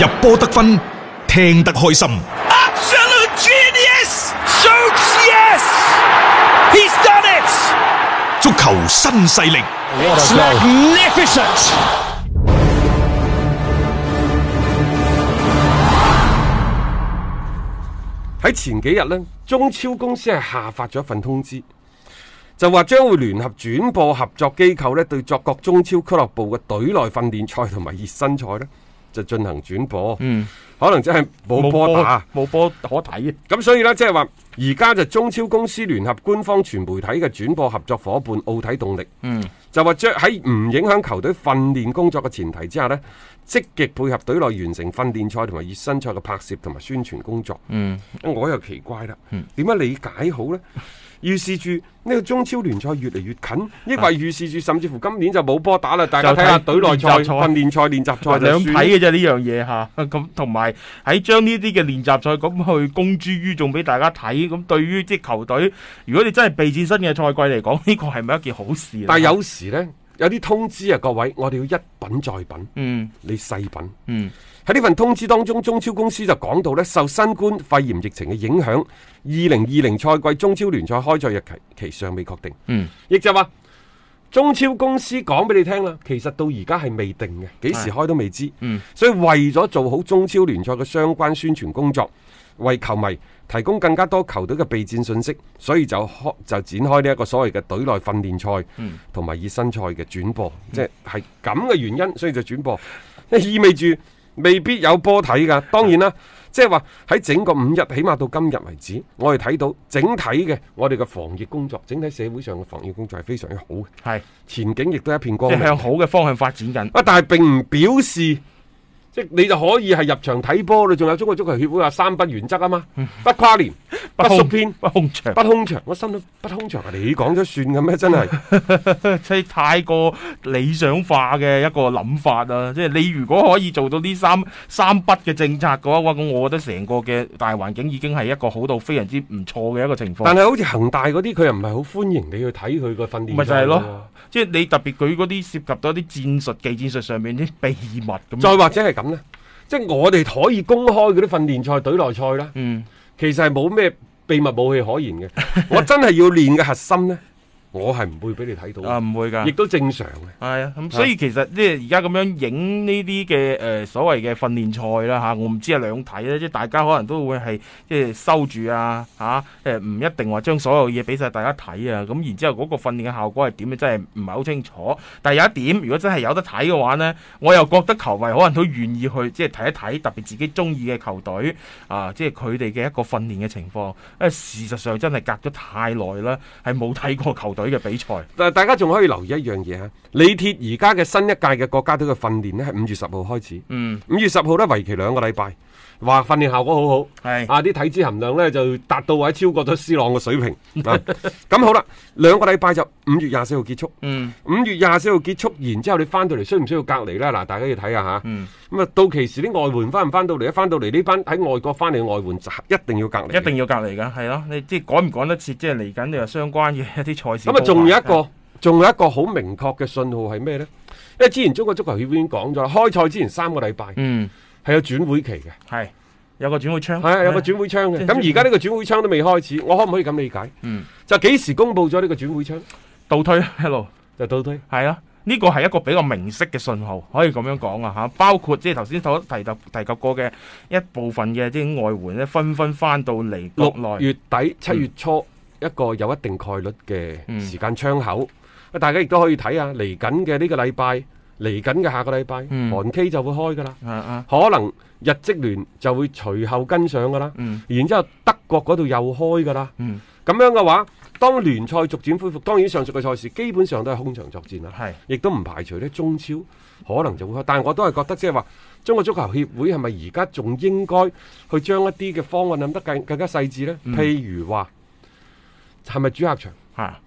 入波得分，聽得開心。 Absolute genius! Shoots yes! He's done it! 足球新勢力， It's magnificent! 喺前幾日呢，中超公司係下發咗一份通知，就話將會聯合轉播合作機構呢，對作各中超俱樂部嘅隊內訓練賽同埋熱身賽呢，就進行轉播。嗯，可能真係冇波打。冇波可睇。咁所以呢，即係話而家就中超公司聯合官方傳媒體嘅轉播合作伙伴奧體動力，嗯，就話將喺唔影響球隊訓練工作嘅前提之下呢，積極配合隊內完成訓練賽同埋熱身賽嘅拍攝同埋宣傳工作。嗯，我又奇怪啦，點樣理解好呢？預示住呢個中超聯賽越嚟越近，抑或預示住甚至乎今啊年就冇波打啦？大家就睇睇下隊內賽、練習賽訓練賽、練習賽就兩睇算嘅啫呢樣嘢吓， 咁同埋喺將呢啲嘅練習賽咁去公諸於眾俾大家睇，咁對於即係球隊，如果你真係備戰新嘅賽季嚟講， 呢個係咪一件好事呢？但係有時呢，有啲通知啊，各位，我哋要一品再品，嗯你細品。嗯喺呢份通知當中，中超公司就講到咧，受新冠肺炎疫情嘅影響，二零二零賽季中超聯賽開賽日期期尚未確定。嗯，亦就話中超公司講俾你聽啦，其實到而家係未定嘅，幾時開都未知。嗯，所以為咗做好中超聯賽嘅相關宣傳工作，為球迷提供更加多球隊嘅備戰信息，所以就開就展開呢一個所謂嘅隊內訓練賽同埋熱身賽嘅轉播，即係係咁嘅原因，所以就轉播，即係意味住未必有波睇㗎。當然啦。即係話喺整個五日，起碼到今日為止，我哋睇到整體嘅我哋嘅防疫工作，整體社會上嘅防疫工作係非常之好嘅，係前景亦都一片即光係明。向好嘅方向發展緊。啊，但係並唔表示。即係你就可以係入場睇波，你仲有中國足球協會話三不原則啊嘛，不跨年、不控縮編、嗯 不控場，不空場。我心諗不空場，你講咗算嘅咩？真係。嗯即係太過理想化嘅一個諗法啦。即係你如果可以做到呢三三筆嘅政策嘅話，哇！咁我覺得成個嘅大環境已經係一個好到非常之唔錯嘅一個情況。但係好似恒大嗰啲，佢又唔係好歡迎你去睇佢個訓練。咪就係咯。即係你特別佢嗰啲涉及到一啲戰術、技戰術上面啲秘密咁。再或者係咁呢，即係我哋可以公開嗰啲訓練賽、隊內賽啦，嗯，其實係冇咩秘密武器可 言嘅。我真係要練嘅核心呢，我係唔會俾你睇到啊嘅，唔會㗎亦。都正常嘅。係啊，咁所以其實即係而家咁樣影呢啲嘅誒所謂嘅訓練賽啦嚇，我唔知係兩睇啊啦，即係大家可能都會係即係收住啊嚇，誒唔一定話將所有嘢俾晒大家睇啊，咁然之後嗰個訓練嘅效果係點真係唔係好清楚。但係有一點，如果真係有得睇嘅話呢，我又覺得球迷可能都願意去即係睇一睇，特別自己中意嘅球隊啊，即係佢哋嘅一個訓練嘅情況。因為事實上真係隔咗太耐啦，係冇睇過球隊嘅比賽。但係大家仲可以留意一樣嘢啊！李鐵而家嘅新一屆嘅國家隊嘅訓練呢，係五月十號開始。嗯，五月十號呢，為期兩個禮拜，話訓練效果好好。係啊，啲體脂含量呢，就達到或者超過咗 C 朗嘅水平。啊咁、好啦，兩個禮拜就五月廿四號結束。嗯。五月廿四號結束，然之後你翻到嚟需唔需要隔離呢？嗱，大家要睇下嚇。嗯咁啊，到期時啲外援翻唔翻到嚟？一翻到嚟呢班喺外國翻嚟嘅外援就一定要隔離。一定要隔離㗎，係咯，你即係趕唔趕得切，即係嚟緊你話相關嘅一啲賽事。咁啊，仲有一個，仲有一個好明確嘅信號係咩呢？因為之前中國足球協會已經講咗啦，開賽之前三個禮拜嗯，係有轉會期嘅，係有個轉會窗，係啊有個轉會窗嘅。即係咁而家呢個轉會窗都未開始，我可唔可以咁理解？嗯，就幾時公佈咗呢個轉會窗？倒推一路。就倒推。係啊，呢個係一個比較明晰嘅信號，可以咁樣講啊嚇。包括即係頭先所提及提及過嘅一部分嘅啲外援咧，紛紛翻到嚟六國內。月底七月初、一個有一定概率嘅時間窗口，大家亦都可以睇下嚟緊嘅呢個禮拜，嚟緊嘅下個禮拜，嗯韓 K 就會開噶啦，啊啊，可能日職聯就會隨後跟上噶啦，嗯然之後德國嗰度又開噶啦，嗯，咁樣嘅話，當聯賽逐漸恢復，當然上述嘅賽事基本上都係空場作戰啦，係亦都唔排除呢中超可能就會開，但係我都係覺得即係話中國足球協會係咪而家仲應該去將一啲嘅方案諗得更更加細緻呢？嗯譬如話係咪主客場？嚇，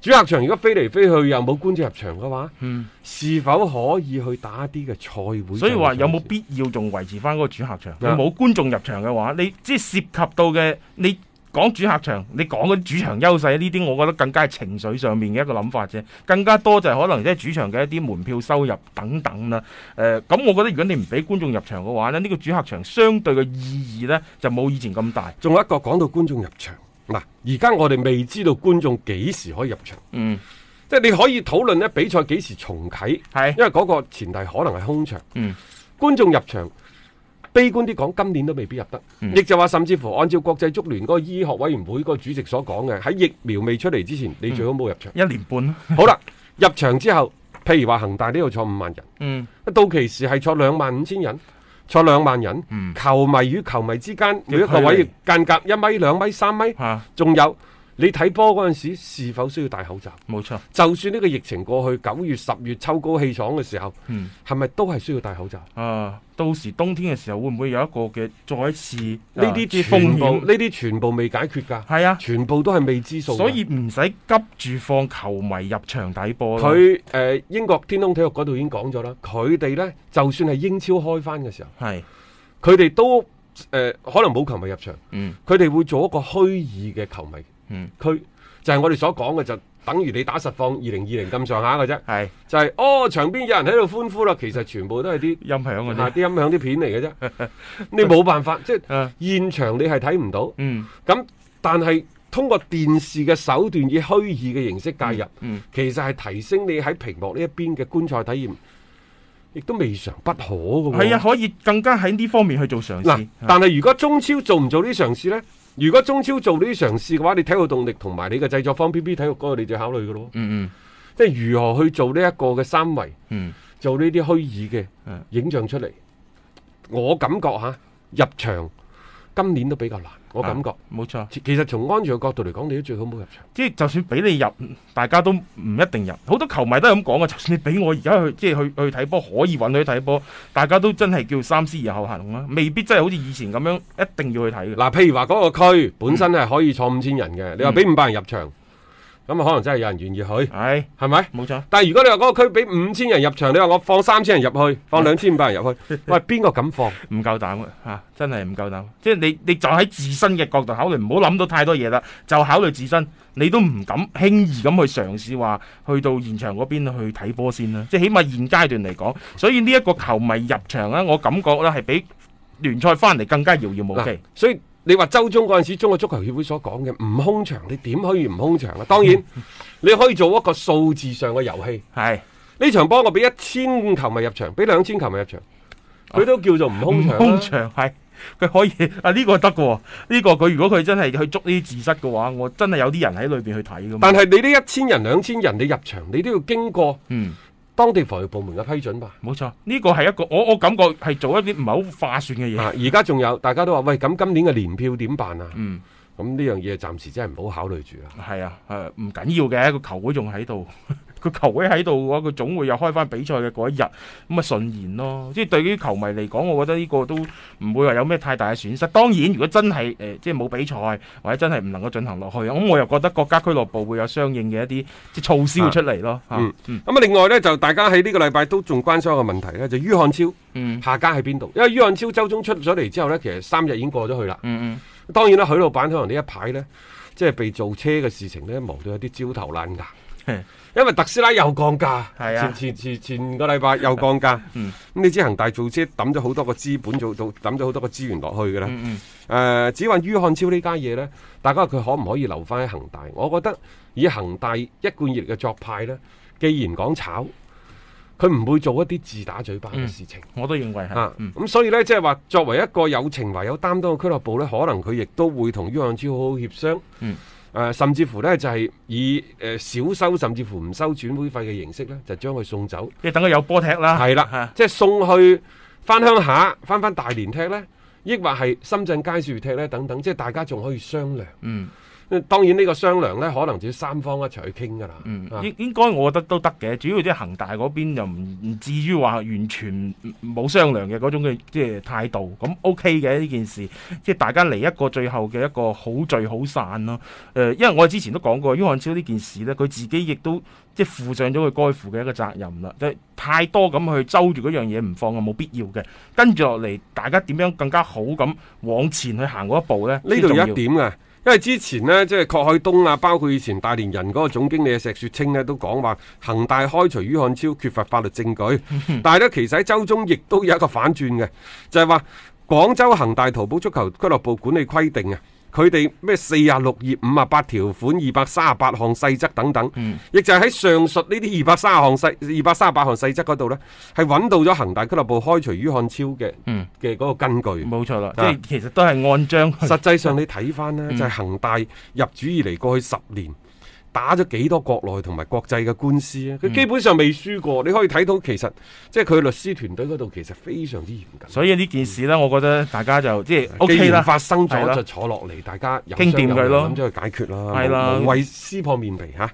主客場如果飛嚟飛去又冇觀眾入場嘅話，嗯，是否可以去打一啲嘅賽會？所以話有冇必要仲維持翻嗰個主客場？你啊冇觀眾入場嘅話，你即係涉及到嘅你。講主客場，你講嗰啲主場優勢呢啲，我覺得更加係情緒上面嘅一個諗法啫，更加多就係可能即係主場嘅一啲門票收入等等啦。誒、咁我覺得如果你唔俾觀眾入場嘅話呢，呢、個主客場相對嘅意義呢，就冇以前咁大。仲有一個講到觀眾入場，嗱，而家我哋未知道觀眾幾時可以入場，嗯，即係你可以討論咧比賽幾時重啟，係因為嗰個前提可能係空場，嗯，觀眾入場。悲觀啲講，今年都未必入得，嗯亦、就話甚至乎按照國際足聯嗰個醫學委員會嗰個主席所講嘅，喺疫苗未出嚟之前，嗯你最好冇入場。一年半啊啦。好啦， 入場之後，譬如話恒大呢度坐五萬人。嗯，到期時係坐兩萬五千人，坐兩萬人，嗯球迷與球迷之間每一個距離位要間隔一米、兩米、三米嚇、，仲有你睇波嗰陣時是否需要戴口罩？冇錯。就算呢個疫情過去，九月、十月秋高氣爽嘅時候，嗯係咪都係需要戴口罩？啊，到時冬天嘅時候會唔會有一個嘅再一次呢呢啲風全部險？呢啲全部未解決㗎，係啊，全部都係未知數㗎。所以唔使急住放球迷入場睇波咯。佢誒、呃英國天空體育嗰度已經講咗啦，佢哋呢，就算係英超開翻嘅時候，係佢哋都誒、呃可能冇球迷入場。嗯。佢哋會做一個虛擬嘅球迷嗯區，就係我哋所講嘅，就等於你打實況二零二零咁上下嘅啫。係就係、哦，場邊有人喺度歡呼啦，其實全部都係啲音響嗰啊啲，啲音響啲片嚟嘅 啫。你冇辦法，即係啊現場你係睇唔到。嗯咁但係通過電視嘅手段以虛擬嘅形式介入，嗯其實係提升你喺屏幕呢一邊嘅觀賽體驗，亦都未嘗不可嘅喎。係啊，可以更加喺呢方面去做嘗嗯嗱試。，啊但係如果中超做唔做呢啲嘗試呢？如果中超做呢啲嘗試嘅話，你體育動力同埋你嘅製作方 PP 體育嗰個，你就要考慮嘅咯。嗯即係如何去做呢一個嘅三維，嗯做呢啲虛擬嘅嗯影像出嚟。我感覺吓入場今年都比較難，我感覺。嗯，冇錯，其其實從安全嘅角度嚟講，你都最好冇入場。即係就算俾你入，大家都唔一定入。好多球迷都係咁講啊嘅，就算你俾我而家去，即係去去睇波，可以允許睇波，大家都真係叫三思而後行啦，未必真係好似以前咁樣一定要去睇嘅。嗱，譬如話嗰個區本身係可以坐五千人嘅，你話俾五百人入場，咁啊可能真係有人願意去，唉，係咪？冇錯，但係如果你話嗰個區俾五千人入場，你話我放三千人入去，放兩千五百人入去，喂邊個敢放？唔夠膽嘅嚇，真係唔夠膽。即係你你就喺自身嘅角度考慮，唔好諗到太多嘢啦，就考慮自身，你都唔敢輕易咁去嘗試話去到現場嗰邊去睇波先啦。即係起碼現階段嚟講，所以呢一個球迷入場咧，我感覺咧係比聯賽翻嚟更加遙遙無期嗱。，所以你話周中嗰陣時，中國足球協會所講嘅唔空場，你點可以唔空場啊？當然你可以做一個數字上嘅遊戲。係呢場波我俾一千球迷入場，俾兩千球迷入場，佢都叫做唔空唔場啦啊空場係。佢可以啊呢、個得嘅喎，呢、個佢如果佢真係去捉呢啲自失嘅話，我真係有啲人喺裏邊去睇嘅嘛。但係你呢一千人、兩千人，你入場，你都要經過嗯。當地防疫部門嘅批准吧？冇錯，呢個係一個我我感覺係做一啲唔係好化算嘅嘢。啊！而家仲有，大家都話喂，咁今年嘅年票點辦啊？嗯，咁呢樣嘢暫時真係唔好考慮住啦。係啊，誒唔緊要嘅，個球會仲喺度， 個球會喺度嘅話，佢總會有開翻比賽嘅嗰一日，咁啊順延咯。即係對於球迷嚟講，我覺得呢個都唔會話有咩太大嘅損失。當然，如果真係誒、即係冇比賽或者真係唔能夠進行落去，咁我又覺得國家俱樂部會有相應嘅一啲即係措施會出嚟咯。嚇嗯咁啊，另外呢，就大家喺呢個禮拜都仲關心一個問題呢，就于漢超嗯下家喺邊度？因為于漢超周中出咗嚟之後呢，其實三日已經過咗去啦。嗯當然啦，許老闆可能呢一排呢，即係被造車嘅事情呢，忙到有啲焦頭爛係額。因為特斯拉又降價，係啊前前前前個禮拜又降價。嗯咁你知恒大造車抌咗好多個資本做到，抌咗好多個資源落去㗎啦。嗯嗯誒、只話于漢超呢家嘢呢，大家話佢可唔可以留翻喺恒大？我覺得以恒大一貫以嚟嘅作派呢，既然講炒，佢唔會做一啲自打嘴巴嘅事情、嗯，我都認為係啊。咁、嗯所以呢，即係話作為一個有情懷、有擔當嘅俱樂部呢，可能佢亦都會同于漢超好好協商。嗯誒甚至乎呢，就係、以誒、少收甚至乎唔收轉會費嘅形式呢，就將佢送走。即係等佢有波踢啦。係啦嚇，即係送去翻鄉下，翻翻大連踢呢，抑或係深圳街市踢呢？等等，即係大家仲可以商量。嗯。當然呢個商量呢，可能就要三方一齊去傾㗎啦。嗯，啊應應該我覺得都得嘅，主要即係恒大嗰邊又唔唔至於話完全冇商量嘅嗰種嘅即係態度，咁 OK 嘅呢件事，即係大家嚟一個最後嘅一個好聚好散咯。誒、呃因為我之前都講過，于漢超呢件事呢，佢自己亦都即係負上咗佢該負嘅一個責任啦，即係太多咁去周住嗰樣嘢唔放啊，冇必要嘅。跟住落嚟，大家點樣更加好咁往前去行嗰一步呢？呢度有先一重要點啊，因為之前呢，即係郭海東啊，包括以前大連人嗰個總經理啊石雪清呢，都講話恒大開除于漢超缺乏法律證據。嗯但係呢，其實喺周中亦都有一個反轉嘅，就係話廣州恒大淘寶足球俱樂部管理規定啊。佢哋咩四啊六頁五啊八條款二百三十八項細則等等，嗯亦就係喺上述呢啲二百三十項細二百三十八項細則嗰度呢，係揾到咗恒大俱樂部開除于漢超嘅嗯嘅嗰個根據。冇錯啦，即啊係其實都係按章去實際上你睇翻嗯呢，就係恒大入主以嚟過去十年。打咗幾多國內同埋國際嘅官司啊？嗯佢基本上未輸過，你可以睇到其實即係佢律師團隊嗰度其實非常之嚴謹。所以呢件事呢，我覺得大家就即係既 OK 然啦，發生係咗啦就坐落嚟，大家有傾掂佢咯咁將佢解決啦，係啦無無謂撕破面皮嚇。